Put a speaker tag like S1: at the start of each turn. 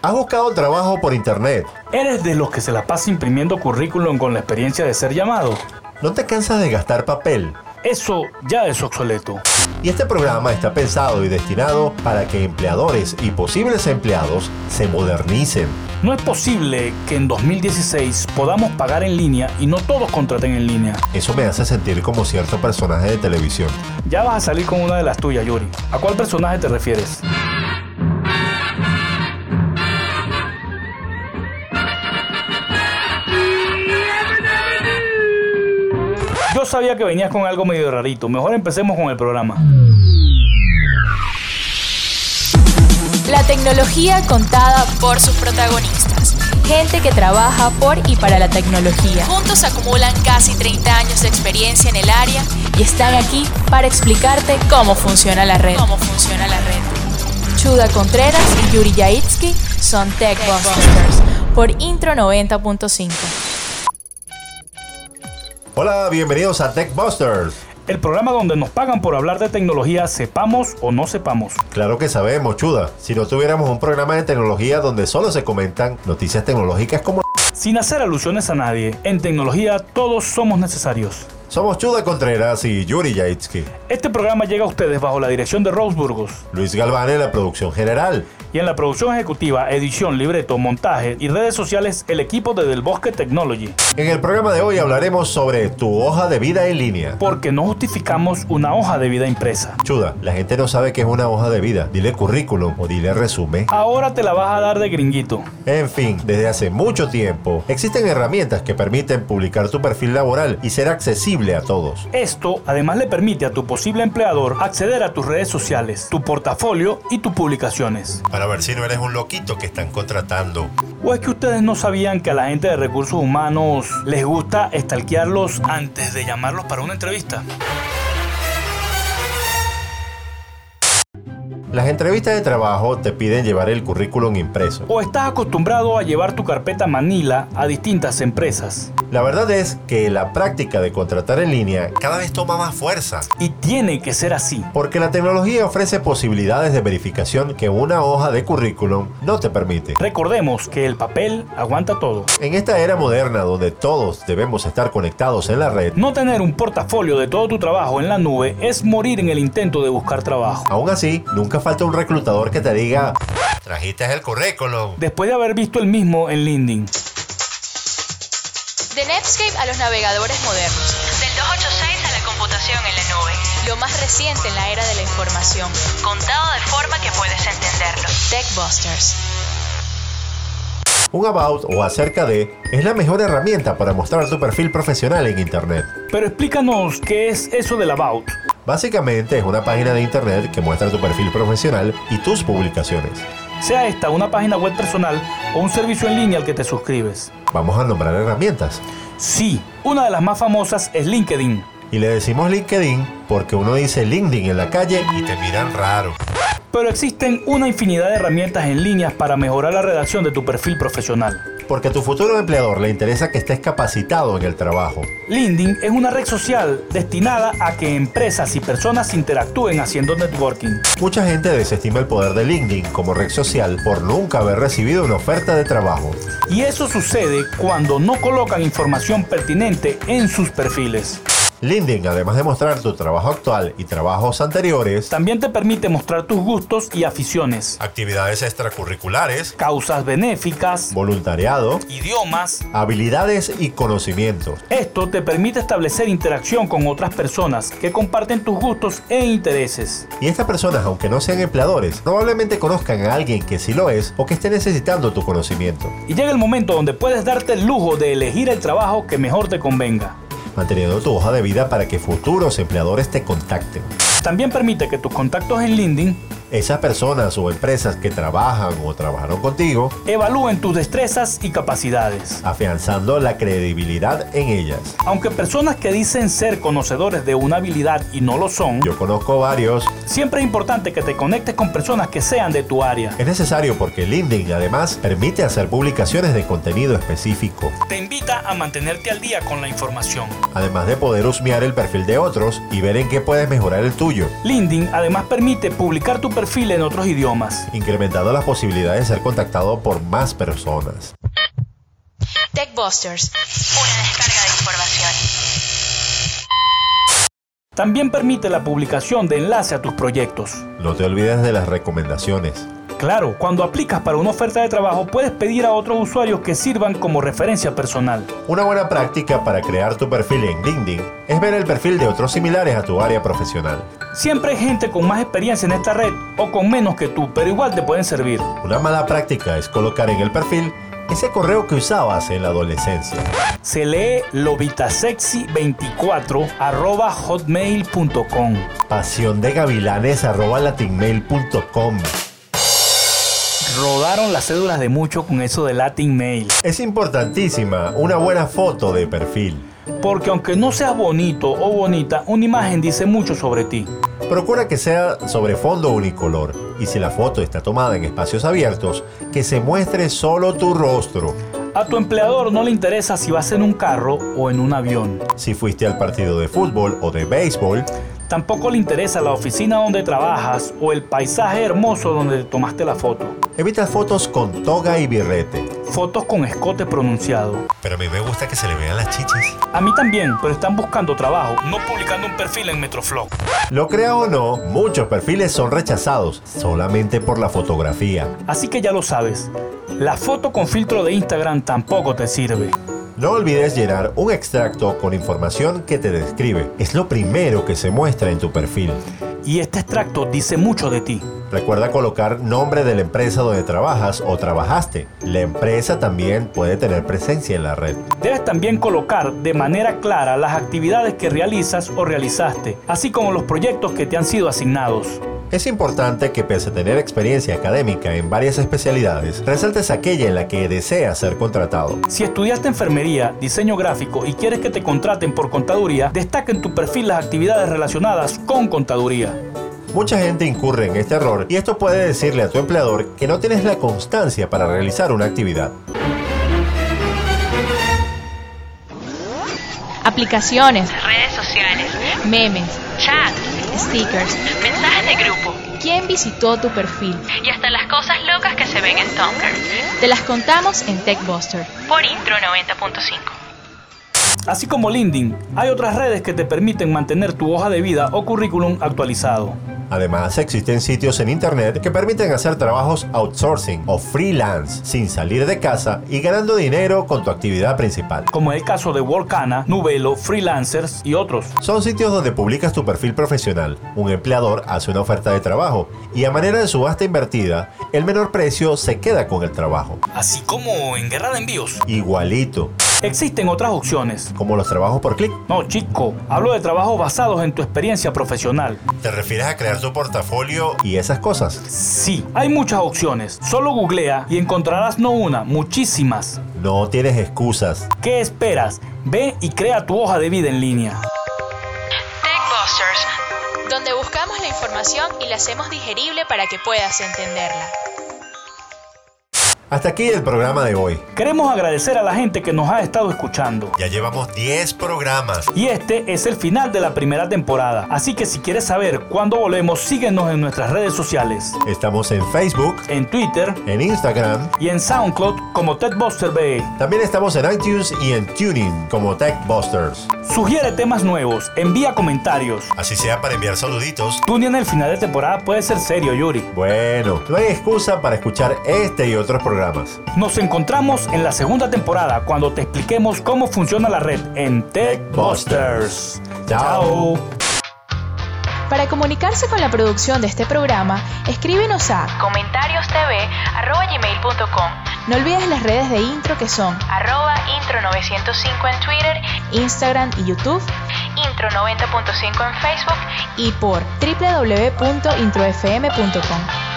S1: ¿Has buscado trabajo por internet?
S2: ¿Eres de los que se la pasa imprimiendo currículum con la experiencia de ser llamado?
S1: ¿No te cansas de gastar papel?
S2: Eso ya es obsoleto.
S1: Y este programa está pensado y destinado para que empleadores y posibles empleados se modernicen.
S2: No es posible que en 2016 podamos pagar en línea y no todos contraten en línea.
S1: Eso me hace sentir como cierto personaje de televisión.
S2: Ya vas a salir con una de las tuyas, Yuri. ¿A cuál personaje te refieres? Yo sabía que venías con algo medio rarito. Mejor empecemos con el programa.
S3: La tecnología contada por sus protagonistas. Gente que trabaja por y para la tecnología. Juntos acumulan casi 30 años de experiencia en el área y están aquí para explicarte cómo funciona la red. Cómo funciona la red. Chuda Contreras y Yuri Yaitsky son Tech Busters por Intro 90.5.
S1: Hola, bienvenidos a TechBusters.
S2: El programa donde nos pagan por hablar de tecnología, sepamos o no sepamos.
S1: Claro que sabemos, chuda. Si no tuviéramos un programa de tecnología donde solo se comentan noticias tecnológicas como...
S2: Sin hacer alusiones a nadie, en tecnología todos somos necesarios.
S1: Somos Chuda Contreras y Yuri Yaitsky.
S2: Este programa llega a ustedes bajo la dirección de Rose Burgos.
S1: Luis Galván en la producción general.
S2: Y en la producción ejecutiva, edición, libreto, montaje y redes sociales, el equipo de Del Bosque Technology.
S1: En el programa de hoy hablaremos sobre tu hoja de vida en línea.
S2: Porque no justificamos una hoja de vida impresa.
S1: Chuda, la gente no sabe qué es una hoja de vida. Dile currículum o dile resumen.
S2: Ahora te la vas a dar de gringuito.
S1: En fin, desde hace mucho tiempo existen herramientas que permiten publicar tu perfil laboral y ser accesible a todos.
S2: Esto además le permite a tu posible empleador acceder a tus redes sociales, tu portafolio y tus publicaciones.
S1: Para ver si no eres un loquito que están contratando.
S2: ¿O es que ustedes no sabían que a la gente de recursos humanos les gusta estalquearlos antes de llamarlos para una entrevista?
S1: Las entrevistas de trabajo te piden llevar el currículum impreso.
S2: ¿O estás acostumbrado a llevar tu carpeta Manila a distintas empresas?
S1: La verdad es que la práctica de contratar en línea cada vez toma más fuerza.
S2: Y tiene que ser así.
S1: Porque la tecnología ofrece posibilidades de verificación que una hoja de currículum no te permite.
S2: Recordemos que el papel aguanta todo.
S1: En esta era moderna donde todos debemos estar conectados en la red,
S2: No tener un portafolio de todo tu trabajo en la nube es morir en el intento de buscar trabajo.
S1: aún así, nunca falta un reclutador que te diga, trajiste el currículum.
S2: Después de haber visto el mismo en LinkedIn.
S3: De Netscape a los navegadores modernos.
S4: Del 286 a la computación en la nube.
S3: Lo más reciente en la era de la información.
S4: Contado de forma que puedes entenderlo.
S3: Techbusters.
S1: Un about o acerca de es la mejor herramienta para mostrar tu perfil profesional en Internet.
S2: Pero explícanos qué es eso del about.
S1: Básicamente es una página de Internet que muestra tu perfil profesional y tus publicaciones.
S2: Sea esta una página web personal o un servicio en línea al que te suscribes.
S1: Vamos a nombrar herramientas.
S2: Sí, una de las más famosas es LinkedIn.
S1: Y le decimos LinkedIn porque uno dice LinkedIn en la calle y te miran raro.
S2: Pero existen una infinidad de herramientas en línea para mejorar la redacción de tu perfil profesional.
S1: Porque a tu futuro empleador le interesa que estés capacitado en el trabajo.
S2: LinkedIn es una red social destinada a que empresas y personas interactúen haciendo networking.
S1: Mucha gente desestima el poder de LinkedIn como red social por nunca haber recibido una oferta de trabajo.
S2: Y eso sucede cuando no colocan información pertinente en sus perfiles.
S1: LinkedIn, además de mostrar tu trabajo actual y trabajos anteriores,
S2: También te permite mostrar tus gustos y aficiones,
S1: actividades extracurriculares,
S2: causas benéficas,
S1: voluntariado,
S2: idiomas.
S1: habilidades y conocimientos.
S2: Esto te permite establecer interacción con otras personas que comparten tus gustos e intereses.
S1: Y estas personas, aunque no sean empleadores, probablemente conozcan a alguien que sí lo es o que esté necesitando tu conocimiento,
S2: Y llega el momento donde puedes darte el lujo de elegir el trabajo que mejor te convenga.
S1: manteniendo tu hoja de vida para que futuros empleadores te contacten.
S2: También permite que tus contactos en LinkedIn
S1: Esas personas o empresas que trabajan o trabajaron contigo,
S2: evalúen tus destrezas y capacidades.
S1: afianzando la credibilidad en ellas.
S2: Aunque personas que dicen ser conocedores de una habilidad y no lo son,
S1: Yo conozco varios.
S2: siempre es importante que te conectes con personas que sean de tu área.
S1: Es necesario porque LinkedIn además permite hacer publicaciones de contenido específico,
S2: Te invita a mantenerte al día con la información.
S1: además de poder husmear el perfil de otros y ver en qué puedes mejorar el tuyo.
S2: LinkedIn además permite publicar tu perfil en otros idiomas.
S1: incrementando las posibilidades de ser contactado por más personas.
S3: Techbusters.
S4: Una descarga de información.
S2: También permite la publicación de enlace a tus proyectos.
S1: No te olvides de las recomendaciones.
S2: Claro, cuando aplicas para una oferta de trabajo puedes pedir a otros usuarios que sirvan como referencia personal.
S1: Una buena práctica para crear tu perfil en LinkedIn es ver el perfil de otros similares a tu área profesional.
S2: Siempre hay gente con más experiencia en esta red o con menos que tú, pero igual te pueden servir.
S1: Una mala práctica es colocar en el perfil ese correo que usabas en la adolescencia.
S2: Se lee lobitasexy24 arroba hotmail.com.
S1: Pasión de gavilanes
S2: Rodaron las cédulas de mucho con eso de Latin Mail.
S1: Es importantísima una buena foto de perfil.
S2: Porque aunque no seas bonito o bonita, una imagen dice mucho sobre ti.
S1: Procura que sea sobre fondo unicolor y si la foto está tomada en espacios abiertos, que se muestre solo tu rostro.
S2: A tu empleador no le interesa si vas en un carro o en un avión.
S1: Si fuiste al partido de fútbol o de béisbol,
S2: Tampoco le interesa la oficina donde trabajas o el paisaje hermoso donde te tomaste la foto.
S1: evita fotos con toga y birrete.
S2: Fotos con escote pronunciado.
S1: Pero a mí me gusta que se le vean las chichis.
S2: A mí también, pero están buscando trabajo, no publicando un perfil en Metroflog.
S1: Lo crea o no, muchos perfiles son rechazados solamente por la fotografía.
S2: Así que ya lo sabes, la foto con filtro de Instagram tampoco te sirve.
S1: No olvides llenar un extracto con información que te describe. Es lo primero que se muestra en tu perfil.
S2: Y este extracto dice mucho de ti.
S1: Recuerda colocar nombre de la empresa donde trabajas o trabajaste. La empresa también puede tener presencia en la red.
S2: Debes también colocar de manera clara las actividades que realizas o realizaste, así como los proyectos que te han sido asignados.
S1: Es importante que pese a tener experiencia académica en varias especialidades, resaltes aquella en la que deseas ser contratado.
S2: Si estudiaste enfermería, diseño gráfico y quieres que te contraten por contaduría, destaca en tu perfil las actividades relacionadas con contaduría.
S1: Mucha gente incurre en este error y esto puede decirle a tu empleador que no tienes la constancia para realizar una actividad.
S3: Aplicaciones,
S4: Redes sociales.
S3: memes,
S4: Chat.
S3: stickers.
S4: Mensajes de grupo.
S3: ¿Quién visitó tu perfil?
S4: Y hasta las cosas locas que se ven en Tumblr.
S3: Te las contamos en TechBuster.
S4: Por intro 90.5.
S2: Así como LinkedIn, hay otras redes que te permiten mantener tu hoja de vida o currículum actualizado.
S1: Además, existen sitios en Internet que permiten hacer trabajos outsourcing o freelance sin salir de casa y ganando dinero con tu actividad principal.
S2: como es el caso de Workana, Nubelo, Freelancers y otros.
S1: Son sitios donde publicas tu perfil profesional. Un empleador hace una oferta de trabajo y a manera de subasta invertida, el menor precio se queda con el trabajo.
S2: Así como en guerra de envíos.
S1: Igualito,
S2: Existen otras opciones.
S1: como los trabajos por clic.
S2: No, chico, hablo de trabajos basados en tu experiencia profesional.
S1: ¿Te refieres a crear tu portafolio y esas cosas?
S2: Sí, hay muchas opciones. Solo googlea y encontrarás no una, muchísimas.
S1: No tienes excusas.
S2: ¿Qué esperas? Ve y crea tu hoja de vida en línea.
S4: Techbusters.
S3: Donde buscamos la información y la hacemos digerible para que puedas entenderla.
S1: Hasta aquí el programa de hoy.
S2: Queremos agradecer a la gente que nos ha estado escuchando.
S1: Ya llevamos 10 programas.
S2: Y este es el final de la primera temporada. Así que si quieres saber cuándo volvemos, síguenos en nuestras redes sociales.
S1: Estamos en Facebook,
S2: En Twitter,
S1: en Instagram,
S2: y en SoundCloud como Ted E. Buster BE.
S1: también estamos en iTunes y en Tuning como TechBusters.
S2: Sugiere temas nuevos, envía comentarios.
S1: Así sea para enviar saluditos.
S2: Tú ni en el final de temporada puede ser serio, Yuri.
S1: Bueno, no hay excusa para escuchar este y otros programas.
S2: Nos encontramos en la segunda temporada cuando te expliquemos cómo funciona la red en TechBusters.
S1: Chao.
S3: Para comunicarse con la producción de este programa, escríbenos a
S4: Comentarios TV. Arroba gmail.com.
S3: No olvides las redes de intro que son
S4: Arroba intro 905 en Twitter.
S3: Instagram y YouTube
S4: Intro 90.5 en Facebook.
S3: y por www.introfm.com.